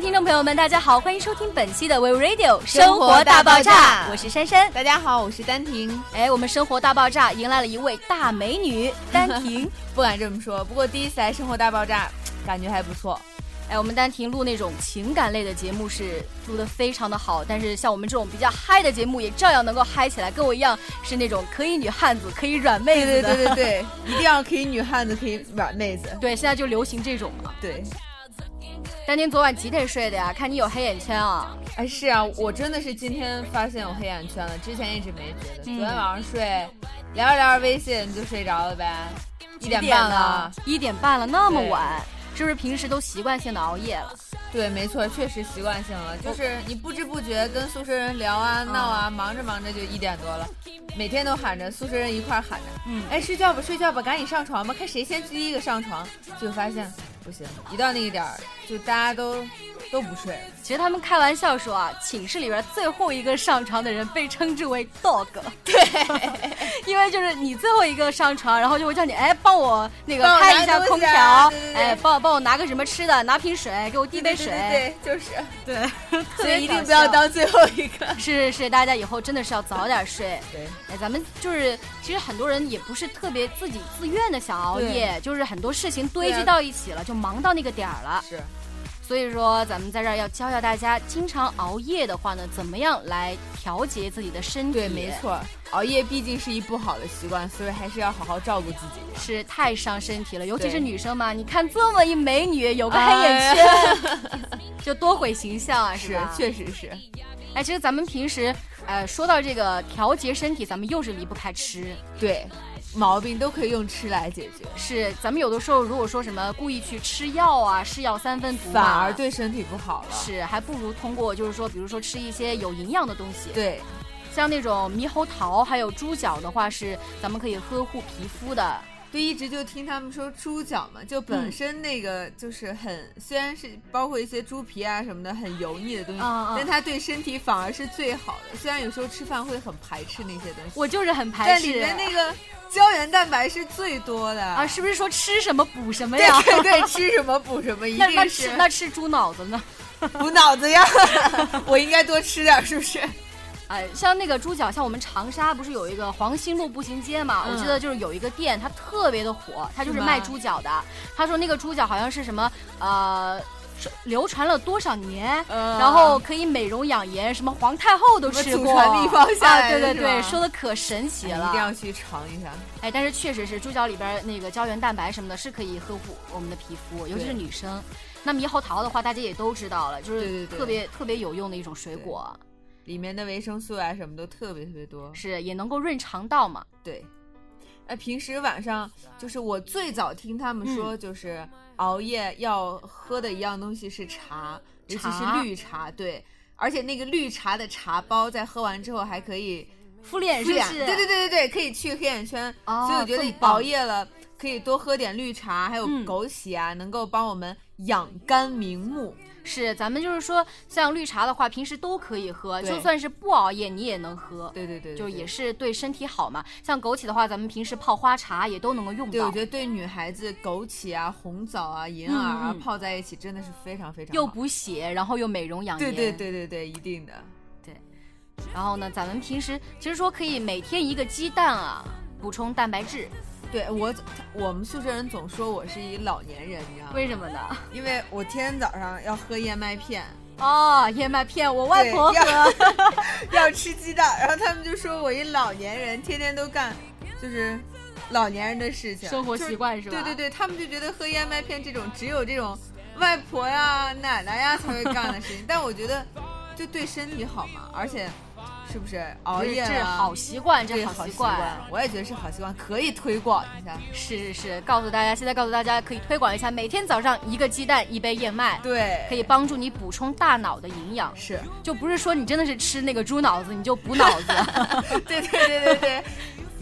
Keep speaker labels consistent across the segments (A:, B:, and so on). A: 听众朋友们，大家好，欢迎收听本期的 We Radio
B: 生活大爆炸
A: 我是珊珊。
B: 大家好，我是丹婷。
A: 哎，我们生活大爆炸迎来了一位大美女丹 婷。
B: 不敢这么说，不过第一次来《生活大爆炸》，感觉还不错。
A: 哎，我们丹婷录那种情感类的节目是录的非常的好，但是像我们这种比较嗨的节目也照样能够嗨起来，跟我一样是那种可以女汉子，可以软妹子
B: 对
A: 的。
B: 对对对对，一定要可以女汉子，可以软妹子。
A: 对现在就流行这种嘛。
B: 对，
A: 丹婷昨晚几点睡的呀？看你有黑眼圈啊。
B: 哎是啊，我真的是今天发现有黑眼圈了，之前一直没觉得。昨
A: 嗯
B: 天晚上睡，聊着聊着微信就睡着了呗，一点
A: 几
B: 半
A: 了
B: 了。，
A: 一点半了，那么
B: 对
A: 晚，是不是平时都习惯性的熬夜了？
B: 对，没错，确实习惯性了，
A: 哦
B: 就是你不知不觉跟宿舍人聊
A: 嗯
B: 啊、闹啊，忙着忙着就一点多了，每天都喊着宿舍人一块儿喊着，
A: 嗯
B: 哎，睡觉吧，睡觉吧，赶紧上床吧，看谁先第一个上床，就发现不行，一到那个点儿，就大家都都不睡 了，
A: 其实他们开玩笑说啊，寝室里边最后一个上床的人被称之为 dog，
B: 对，
A: 因为就是你最后一个上床，然后就会叫你哎帮我那个
B: 帮我拿
A: 开一下
B: 东西啊
A: 空调，
B: 对对对
A: 哎帮我帮我拿个什么吃的，拿瓶水，给我递杯水，
B: 对，对就是，
A: 对，
B: 所以一定不要。当最后一 个，
A: 是是，大家以后真的是要早点睡。
B: 对，
A: 哎，咱们就是，其实很多人也不是特别自己自愿的想熬夜，就是很多事情堆
B: 对
A: 积
B: 啊
A: 到一起了，就忙到那个点儿了。
B: 是。
A: 所以说，咱们在这儿要教教大家，经常熬夜的话呢，怎么样来调节自己的身体？
B: 对，没，错，熬夜毕竟是一不好的习惯，所以还是要好好照顾自己。
A: 是太伤身体了，尤其
B: 对
A: 是女生嘛。你看这么一美女，有个黑眼圈，就多毁形象啊，
B: 哎是
A: 吧，？
B: 确实是，
A: 哎，其实咱们平时，呃，说到这个调节身体，咱们又是离不开吃。
B: 对，毛病都可以用吃来解决。
A: 是，咱们有的时候如果说什么故意去吃药啊，是药三分毒嘛，
B: 反而对身体不好了。
A: 是，还不如通过就是说，比如说吃一些有营养的东西。
B: 对，
A: 像那种猕猴桃还有猪脚的话，是咱们可以呵护皮肤的。
B: 对，一直就听他们说猪脚嘛，就
A: 嗯
B: 本身那个就是很，虽然是包括一些猪皮啊什么的很油腻的东西，
A: 嗯嗯
B: 但它对身体反而是最好的。虽然有时候吃饭会很排斥那些东西，
A: 我就是很排
B: 但
A: 斥。
B: 里面那个胶原蛋白是最多的
A: 啊， 是不是说吃什么补什么
B: 对
A: 呀？
B: 对对，吃什么补什么，一
A: 那那
B: 定
A: 吃
B: 是
A: 那吃猪脑子呢？
B: 补脑子呀。 我应该多吃点儿，是不是？
A: 哎，像那个猪脚，像我们长沙不是有一个黄兴路步行街嘛？
B: 嗯
A: 我记得就是有一个店，它特别的火，它就是
B: 是吗
A: 卖猪脚的。他说那个猪脚好像是什么呃，是流传了多少年，
B: 嗯
A: 然后可以美容养颜，什么皇太后都
B: 什么
A: 吃
B: 祖
A: 过。
B: 传秘方下
A: 啊，
B: 来
A: 对
B: 的
A: 对
B: 是
A: 对，
B: 吗
A: 说的可神奇
B: 一
A: 了。
B: 定要去尝一下。
A: 哎，但是确实是猪脚里边儿那个胶原蛋白什么的，是可以呵护我们的皮肤，尤其是
B: 对
A: 女生。那猕猴桃的话，大家也都知道了，就是
B: 对对对
A: 特别特别有用的一种水
B: 对
A: 果，
B: 里面的维生素啊什么都特别特别多。
A: 是也能够润肠道嘛。
B: 对，哎，平时晚上就是我最早听他们
A: 嗯
B: 说，就是熬夜要喝的一样东西是茶，尤其是
A: 茶
B: 绿茶。对，而且那个绿茶的茶包在喝完之后还可以
A: 敷脸
B: 去
A: 是不
B: 眼，
A: 是？
B: 对对对对对，可以去黑眼圈。
A: 哦
B: 所以我觉
A: 这么
B: 得
A: 棒
B: 熬夜了可以多喝点绿茶，还有
A: 嗯
B: 枸杞啊，能够帮我们养肝明目。
A: 是咱们就是说，像绿茶的话，平时都可以喝，
B: 对
A: 就算是不熬夜你也能喝，
B: 对对对对
A: 就也
B: 对
A: 是对身体好嘛。像枸杞的话，咱们平时泡花茶也都能够用
B: 对，我
A: 到
B: 觉。得对女孩子枸杞啊、红枣啊、银耳啊、
A: 嗯嗯
B: 泡在一起真的是非常非常
A: 又
B: 好
A: 补血，然后又美容养
B: 对
A: 颜，
B: 对对对对，一定的。
A: 然后呢，咱们平时其实说可以每天一个鸡蛋啊，补充蛋白质。
B: 对我，我们宿舍人总说我是一老年人，你知道吗？
A: 为什么呢？
B: 因为我天天早上要喝燕麦片，
A: 哦，燕麦片，我外婆
B: 对
A: 喝。
B: 要吃鸡蛋，然后他们就说我一老年人，天天都干就是老年人的事情，
A: 生活习惯
B: 就是
A: 吧
B: 对对对，他们就觉得喝燕麦片这种只有这种外婆呀、奶奶呀才会干的事 情，但我觉得就对身体好嘛，而且是不是熬夜
A: 这是
B: 啊
A: 好习惯，这
B: 对
A: 好
B: 好
A: 习
B: 习
A: 惯。
B: 惯，我也觉得是好习惯，可以推广一下。
A: 是是是，告诉大家，现在告诉大家可以推广一下，每天早上一个鸡蛋，一杯燕麦，
B: 对，
A: 可以帮助你补充大脑的营养。
B: 是。
A: 就不是说你真的是吃那个猪脑子你就补脑子，
B: 对对对对对。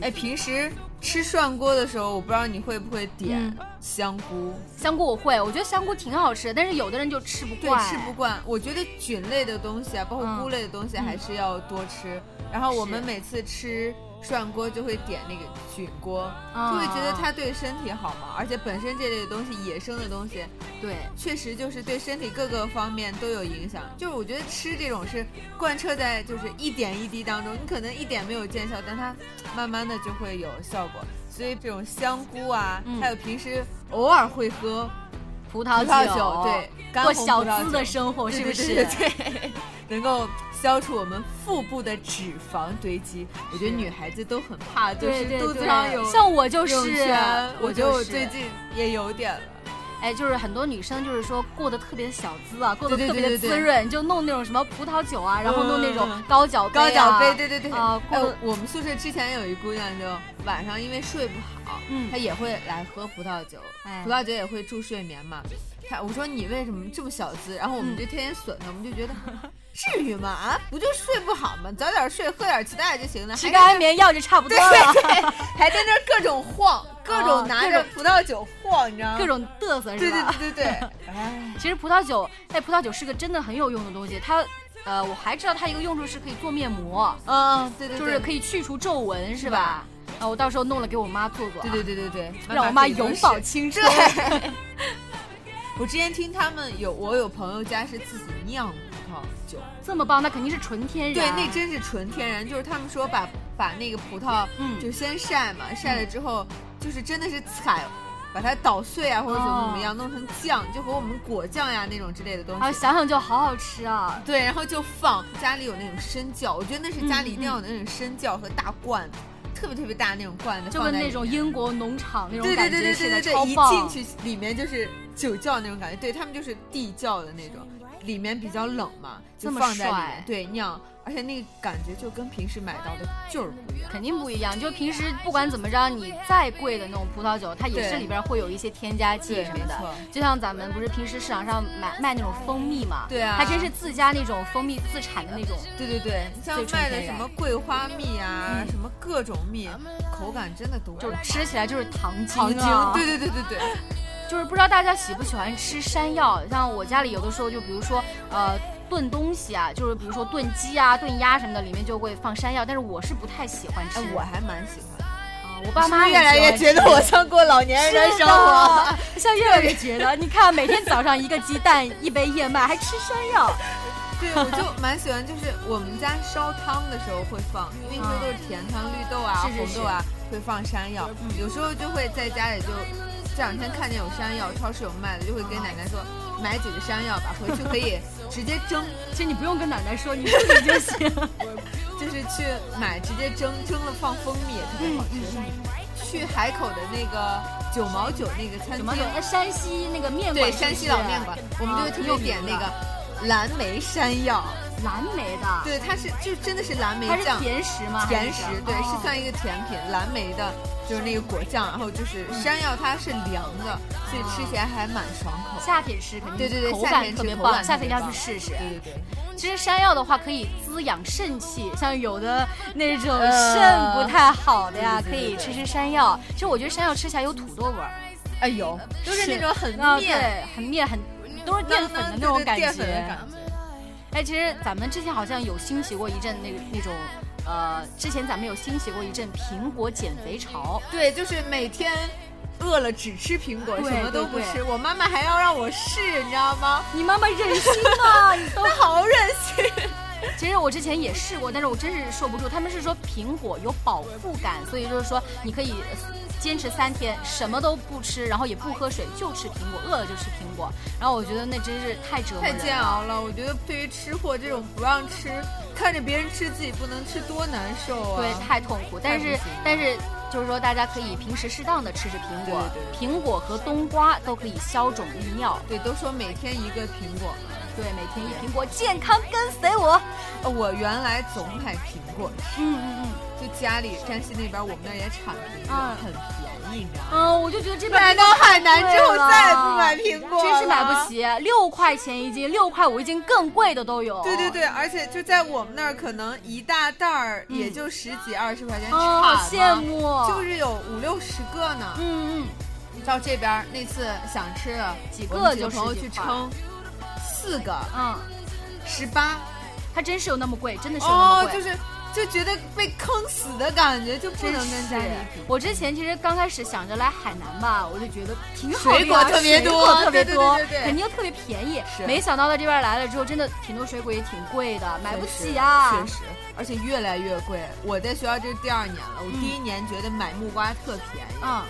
B: 哎，平时吃涮锅的时候，我不知道你会不会
A: 嗯
B: 点香菇，
A: 香菇我会，我觉得香菇挺好吃的，但是有的人就吃不
B: 对，
A: 惯，
B: 吃不惯。我觉得菌类的东西啊，包括
A: 嗯
B: 菇类的东西，还是要多吃。然后我们每次吃涮锅就会点那个菌锅，
A: 啊
B: 就会觉得它对身体好嘛。而且本身这类的东西，野生的东西，
A: 对，
B: 确实就是对身体各个方面都有影响。就是我觉得吃这种是贯彻在就是一点一滴当中，你可能一点没有见效，但它慢慢的就会有效果。所以这种香菇啊，
A: 嗯
B: 还有平时偶尔会喝
A: 葡
B: 葡
A: 萄
B: 萄酒，对，干
A: 过
B: 红葡
A: 小
B: 萄酒
A: 资的生活
B: 对
A: 是不是？
B: 对对对对 能够消除我们腹部的脂肪堆积。我觉得女孩子都很怕，就
A: 对
B: 是
A: 对
B: 肚子
A: 对
B: 上有
A: 像我就
B: 有
A: 是
B: 圈，我觉得我
A: 就是
B: 最近也有点了。
A: 哎，就是很多女生就是说过得特别小资啊，过得
B: 对对
A: 特别的
B: 对对
A: 滋
B: 对
A: 润，就弄那种什么葡萄酒啊，然后弄那种
B: 嗯
A: 高脚
B: 高
A: 啊
B: 脚杯，，对对对
A: 啊
B: 哎
A: 过，
B: 我们宿舍之前有一姑娘，就晚上因为睡不好，
A: 嗯
B: 她也会来喝葡萄酒，
A: 哎
B: 葡萄酒也会助睡眠嘛。她我说你为什么这么小资？然后我们
A: 嗯
B: 就天天损她，我们就觉得 至于吗？啊，不就睡不好吗？早点睡，喝点其他的就 行了，
A: 吃
B: 还
A: 个安眠药就差不多
B: 对
A: 了，
B: 对，还在那儿各种晃，各种拿
A: 啊各
B: 着
A: 种
B: 葡萄酒晃，你知道 吗？
A: 各种嘚瑟是
B: 对对
A: 吧？
B: 对对对， 哎，
A: 其实葡萄酒，哎，葡萄酒是个真的很有用的东西，它。呃，我还知道它一个用处是可以做面膜，
B: 嗯，对对，
A: 就是可以去除皱纹，是吧？啊，我到时候弄了给我妈做做啊，
B: 对对对对对，
A: 让我妈
B: 永
A: 永葆 青春。
B: 对，我之前听他们有，我有朋友家是自己酿葡萄酒，
A: 这么棒，那肯定是啊纯天然。
B: 对，那真是纯天然，就是他们说把把那个葡萄
A: 嗯
B: 就先晒嘛，晒了之后就是真的是采。把它捣碎啊，或者怎
A: 哦
B: 么怎么样，弄成酱，就和我们果酱呀那种之类的东西。
A: 啊，想想就好好吃啊！
B: 对，然后就放家里有那种身窖，我觉得那是家里一
A: 嗯
B: 定要有那种身窖和大罐子，特别特别大那种罐子，
A: 就跟那种英国农场那种
B: 对对
A: 感
B: 对
A: 觉
B: 对
A: 似
B: 对
A: 的，
B: 对
A: 超
B: 对，一
A: 棒。
B: 进去里面就是酒窖那种感觉，对他们就是地窖的那种，里面比较冷嘛，就
A: 这么
B: 放在里
A: 帅
B: 面对酿，而且那个感觉就跟平时买到的就是不一样。
A: 肯定不一样，就平时不管怎么着，你再贵的那种葡萄酒，它也是
B: 对
A: 里边会有一些添加剂
B: 对
A: 什么
B: 没
A: 的
B: 错。
A: 就像咱们不是平时市场上买卖那种蜂蜜嘛，
B: 对啊
A: 还真是自家那种蜂蜜自产的那种，
B: 对对对，像
A: 最纯
B: 卖的
A: 天
B: 什
A: 然
B: 么桂花蜜啊，
A: 嗯
B: 什么各种蜜，口感真的都
A: 就是吃起来就是糖
B: 糖
A: 精啊。
B: 精，对对对对对，
A: 就是不知道大家喜不喜欢吃山药，像我家里有的时候就比如说呃炖东西啊，就是比如说炖鸡啊、炖鸭什么的，里面就会放山药，但是我是不太喜欢吃。
B: 哎，我还蛮喜欢。
A: 啊我爸
B: 是不
A: 妈
B: 是越来越觉得我像过老年人的生活。
A: 活， 现在越来越觉得，你看每天早上一个鸡蛋，一杯燕麦，还吃山药，
B: 对，我就蛮喜欢，就是我们家烧汤的时候会放，因为那时候都是甜汤、绿豆啊、
A: 是是是
B: 红豆啊，会放山药。
A: 嗯
B: 有时候就会在家里就这两天看见有山药，超市有卖的，就会跟奶奶说买几个山药吧，回去可 以直接蒸，
A: 其实你不用跟奶奶说，你自己就行。
B: 就是去买直接蒸，蒸了放蜂蜜也特别好吃。去海口的那个九毛九哎那个餐
A: 什
B: 厅
A: 么，那呃山西那个面馆
B: 对
A: 是不是，
B: 山西老
A: 啊
B: 面馆，我们就会特别点那个蓝莓山药，
A: 蓝莓的，
B: 对，它是就真的是蓝莓
A: 啊它是
B: 酱。
A: 甜啊食吗？
B: 甜食，对，是
A: 像
B: 像一个甜品，蓝莓的，就是那个果酱，然后就是
A: 嗯
B: 山药，它是凉的，所以吃起来还蛮爽口。
A: 夏天吃肯定
B: 对对对
A: 口
B: 夏
A: 感
B: 天
A: 特
B: 吃
A: 别
B: 口
A: 棒，
B: 感
A: 夏
B: 特
A: 天一定要
B: 别
A: 去
B: 棒
A: 试试。
B: 对对对，
A: 其实山药的话可以滋养肾气，像有的那种
B: 呃
A: 肾不太好的呀，
B: 对
A: 可
B: 对对
A: 以
B: 对
A: 吃吃山药。其实我觉得山药吃起来有土豆味儿，
B: 哎有，都是
A: 是
B: 那种很
A: 啊，
B: 面
A: 对，很面，很都是淀粉的那
B: 对
A: 种
B: 对
A: 感
B: 淀粉的感
A: 觉。哎，其实咱们之前好像有兴起过一阵那个那种，呃，之前咱们有兴起过一阵苹果减肥潮。
B: 对，就是每天饿了只吃苹果，
A: 对
B: 什么都不
A: 对对
B: 吃。我妈妈还要让我试，你知道吗？
A: 你妈妈忍心啊！你都
B: 她好任性。
A: 其实我之前也试过，但是我真是受不住。他们是说苹果有饱腹感，所以就是说你可以坚持三天，什么都不吃，然后也不喝水，就吃苹果，饿了就吃苹果。然后我觉得那真是太折磨
B: 太
A: 人了，
B: 煎熬了，我觉得对于吃货这种不让吃，看着别人吃自己不能吃，多难受啊！
A: 对，太痛苦。但是
B: 太不行了
A: 但是就是说，大家可以平时适当的吃吃苹果，
B: 对对
A: 苹果和冬瓜都可以消肿利尿。
B: 对，都说每天一个苹果嘛。
A: 对，每天一苹果，健康跟随我。
B: 呃我原来总买苹果吃，
A: 嗯嗯嗯
B: 就家里山西那边我们那儿也产苹果，
A: 嗯
B: 很便宜，你知道吗？
A: 嗯，我就觉得这边
B: 买到海南之后再也不买苹果了
A: 真是买不起，六块钱一斤，六块五一斤，更贵的都有。
B: 对对，对，而且就在我们那儿，可能一大袋儿也就十几二十块钱，
A: 嗯哦，好
B: 差
A: 羡
B: 吗，
A: 慕，
B: 就是有五六十个呢。
A: 嗯嗯，
B: 到这边儿那次想吃了
A: 几
B: 我
A: 个
B: 们
A: 就
B: 几朋友
A: 十几
B: 去
A: 块
B: 称，四个
A: 嗯，
B: 十八
A: 它真是有那么贵，真的是有那么
B: 哦，
A: 贵。
B: 就是就觉得被坑死的感觉，就不能跟家里比。
A: 哎我之前其实刚开始想着来海南吧，我就觉得挺好的呀，
B: 水果特别多
A: 水果特别多，
B: 对对对对对
A: 肯定特别便宜
B: 是。
A: 没想到到这边来了之后，真的挺多水果也挺贵的，买不起啊
B: 确。实，而且越来越贵。我在学校这是第二年了，
A: 嗯
B: 我第一年觉得买木瓜特便宜，
A: 啊，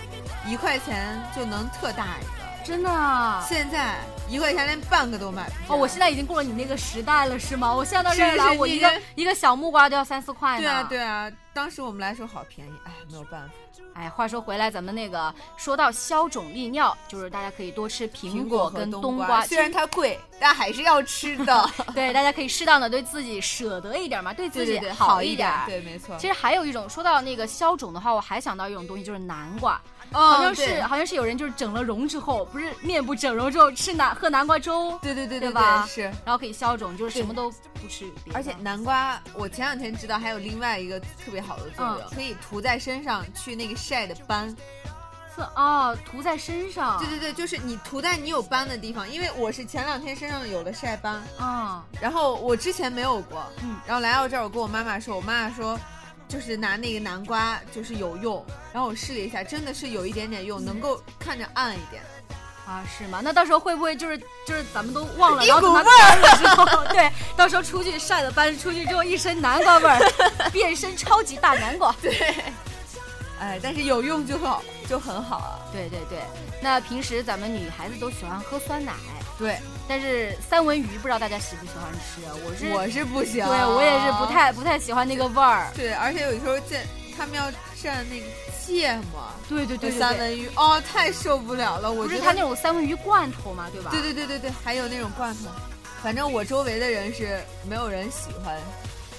B: 一块钱就能特大一个，
A: 真的啊。
B: 现在一块钱连半个都买不
A: 哦，
B: 上
A: 我现在已经过了你那个时代了，是吗？我现在到这儿
B: 是
A: 来，
B: 是
A: 我
B: 你
A: 一个
B: 这
A: 一个小木瓜都要三四块呢。
B: 对啊对啊，当时我们来说好便宜，哎，没有办法。
A: 哎，话说回来，咱们那个说到消肿利尿，就是大家可以多吃苹果
B: 和
A: 跟
B: 冬
A: 瓜，
B: 虽然它贵，但还是要吃 的，
A: 对大家可以适当的对自己舍得一点嘛，对自己
B: 好
A: 一
B: 点
A: 点
B: 儿
A: 儿。
B: 对，没错。
A: 其实还有一种，说到那个消肿的话，我还想到一种东西，就是南瓜，
B: 好
A: 好像是、好像是有人就是整了容之后，不是面部整容之后吃南喝南瓜粥，
B: 对对对
A: 对吧
B: 对，是。
A: 然后可以消肿，就是
B: 对
A: 什么都不吃别的，
B: 而且南瓜，我前两天知道还有另外一个特别好的作用，
A: 嗯
B: 可以涂在身上去那个晒的斑。
A: 是哦涂在身上，
B: 对对对，就是你涂在你有斑的地方，因为我是前两天身上有了晒斑，
A: 啊、
B: 然后我之前没有过，
A: 嗯
B: 然后来到这儿我跟我妈妈说，我妈妈说。就是拿那个南瓜，就是有用。然后我试了一下，真的是有一点点
A: 嗯
B: 用，能够看着暗一点。
A: 啊，是吗？那到时候会不会就是就是咱们都忘了，
B: 一
A: 然后
B: 股
A: 等它干
B: 味
A: 了之后，对，到时候出去晒了斑，出去之后一身南瓜味儿，变身超级大南瓜。对
B: 哎，但是有用就好，就很好啊。
A: 对对那平时咱们女孩子都喜欢喝酸奶，
B: 对，
A: 但是三文鱼不知道大家喜不喜欢吃？啊我是
B: 我是不行，
A: 对我也是不。太不太喜欢那个味儿。
B: 对，而且有时候见他们要蘸那个芥末，
A: 对对对对
B: 三
A: 对，
B: 文鱼哦，太受不了了。我
A: 不
B: 觉
A: 是
B: 得
A: 它那种三文鱼罐头嘛，对吧？
B: 对对对对对，还有那种罐头，反正我周围的人是没有人喜欢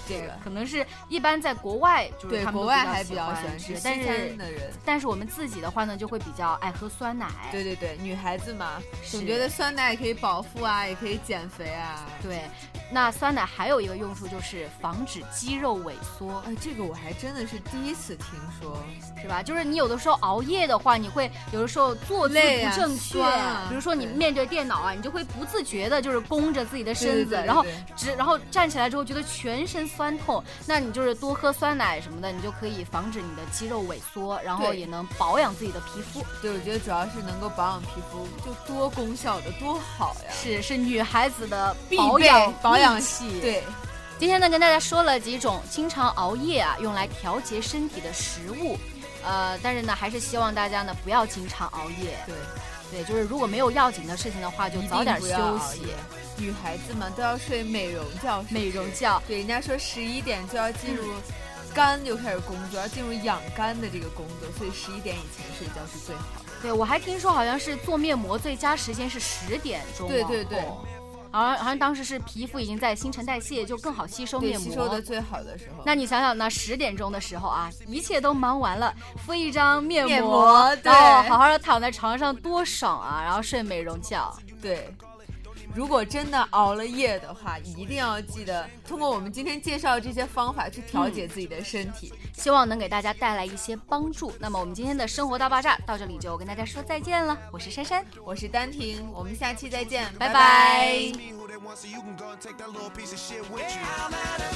B: 这个。
A: 可能是一般在国外就是
B: 对，
A: 他们
B: 国
A: 都
B: 外还比较
A: 较
B: 喜欢吃
A: 吃
B: 西，
A: 但是
B: 餐。的人。
A: 但是我们自己的话呢，就会比较爱喝酸奶。
B: 对对对，女孩子嘛，总
A: 是
B: 觉得酸奶也可以饱腹啊，也可以减肥啊。
A: 对，那酸奶还有一个用处就是防止肌肉萎缩，
B: 哎，这个我还真的是第一次听说。
A: 是吧？就是你有的时候熬夜的话，你会有的时候坐姿
B: 累啊
A: 不正确，
B: 酸啊
A: 比如说你
B: 对
A: 面对电脑啊，你就会不自觉的就是弓着自己的身
B: 对对
A: 子，
B: 对对
A: 然后
B: 对
A: 直然后站起来之后觉得全身酸痛，那你就是多喝酸奶什么的，你就可以防止你的肌肉萎缩，然后
B: 对
A: 也能保养自己的皮肤。
B: 对，我觉得主要是能够保养皮肤，就多功效的多好呀。
A: 是是女孩子的
B: 必
A: 保
B: 备
A: 养
B: 保养
A: 利器。
B: 对，
A: 今天呢，跟大家说了几种经常熬夜啊用来调节身体的食物，呃，但是呢，还是希望大家呢不要经常熬夜。
B: 对，
A: 对，就是如果没有要紧的事情的话，就
B: 一
A: 早
B: 定
A: 点
B: 不要
A: 休
B: 熬
A: 息
B: 夜，。女孩子嘛都要睡美容觉，是不
A: 美
B: 是
A: 容。觉。
B: 对，人家说十一点就要进入肝就开始工作，要进入养肝的这个工作，所以十一点以前睡觉是最好的。
A: 对我还听说好像是做面膜最佳时间是十点钟、哦。
B: 对对对
A: 好像好像当时是皮肤已经在新陈代谢，就更好吸收
B: 对，
A: 面膜。
B: 吸收的最好的时候。
A: 那你想想呢？十点钟的时候啊，一切都忙完了，敷一张面
B: 面膜对
A: 然后好好的躺在床上，多爽啊！然后睡美容觉。
B: 对。如果真的熬了夜的话，一定要记得通过我们今天介绍的这些方法去调
A: 嗯
B: 节自己的身体。
A: 希望能给大家带来一些帮助。那么我们今天的生活大爆炸到这里就跟大家说再见了，我是珊珊，
B: 我是丹婷，我们下期再见，
A: 拜
B: 拜拜
A: 拜
C: me who they want, so you can go and take that little piece of shit with you.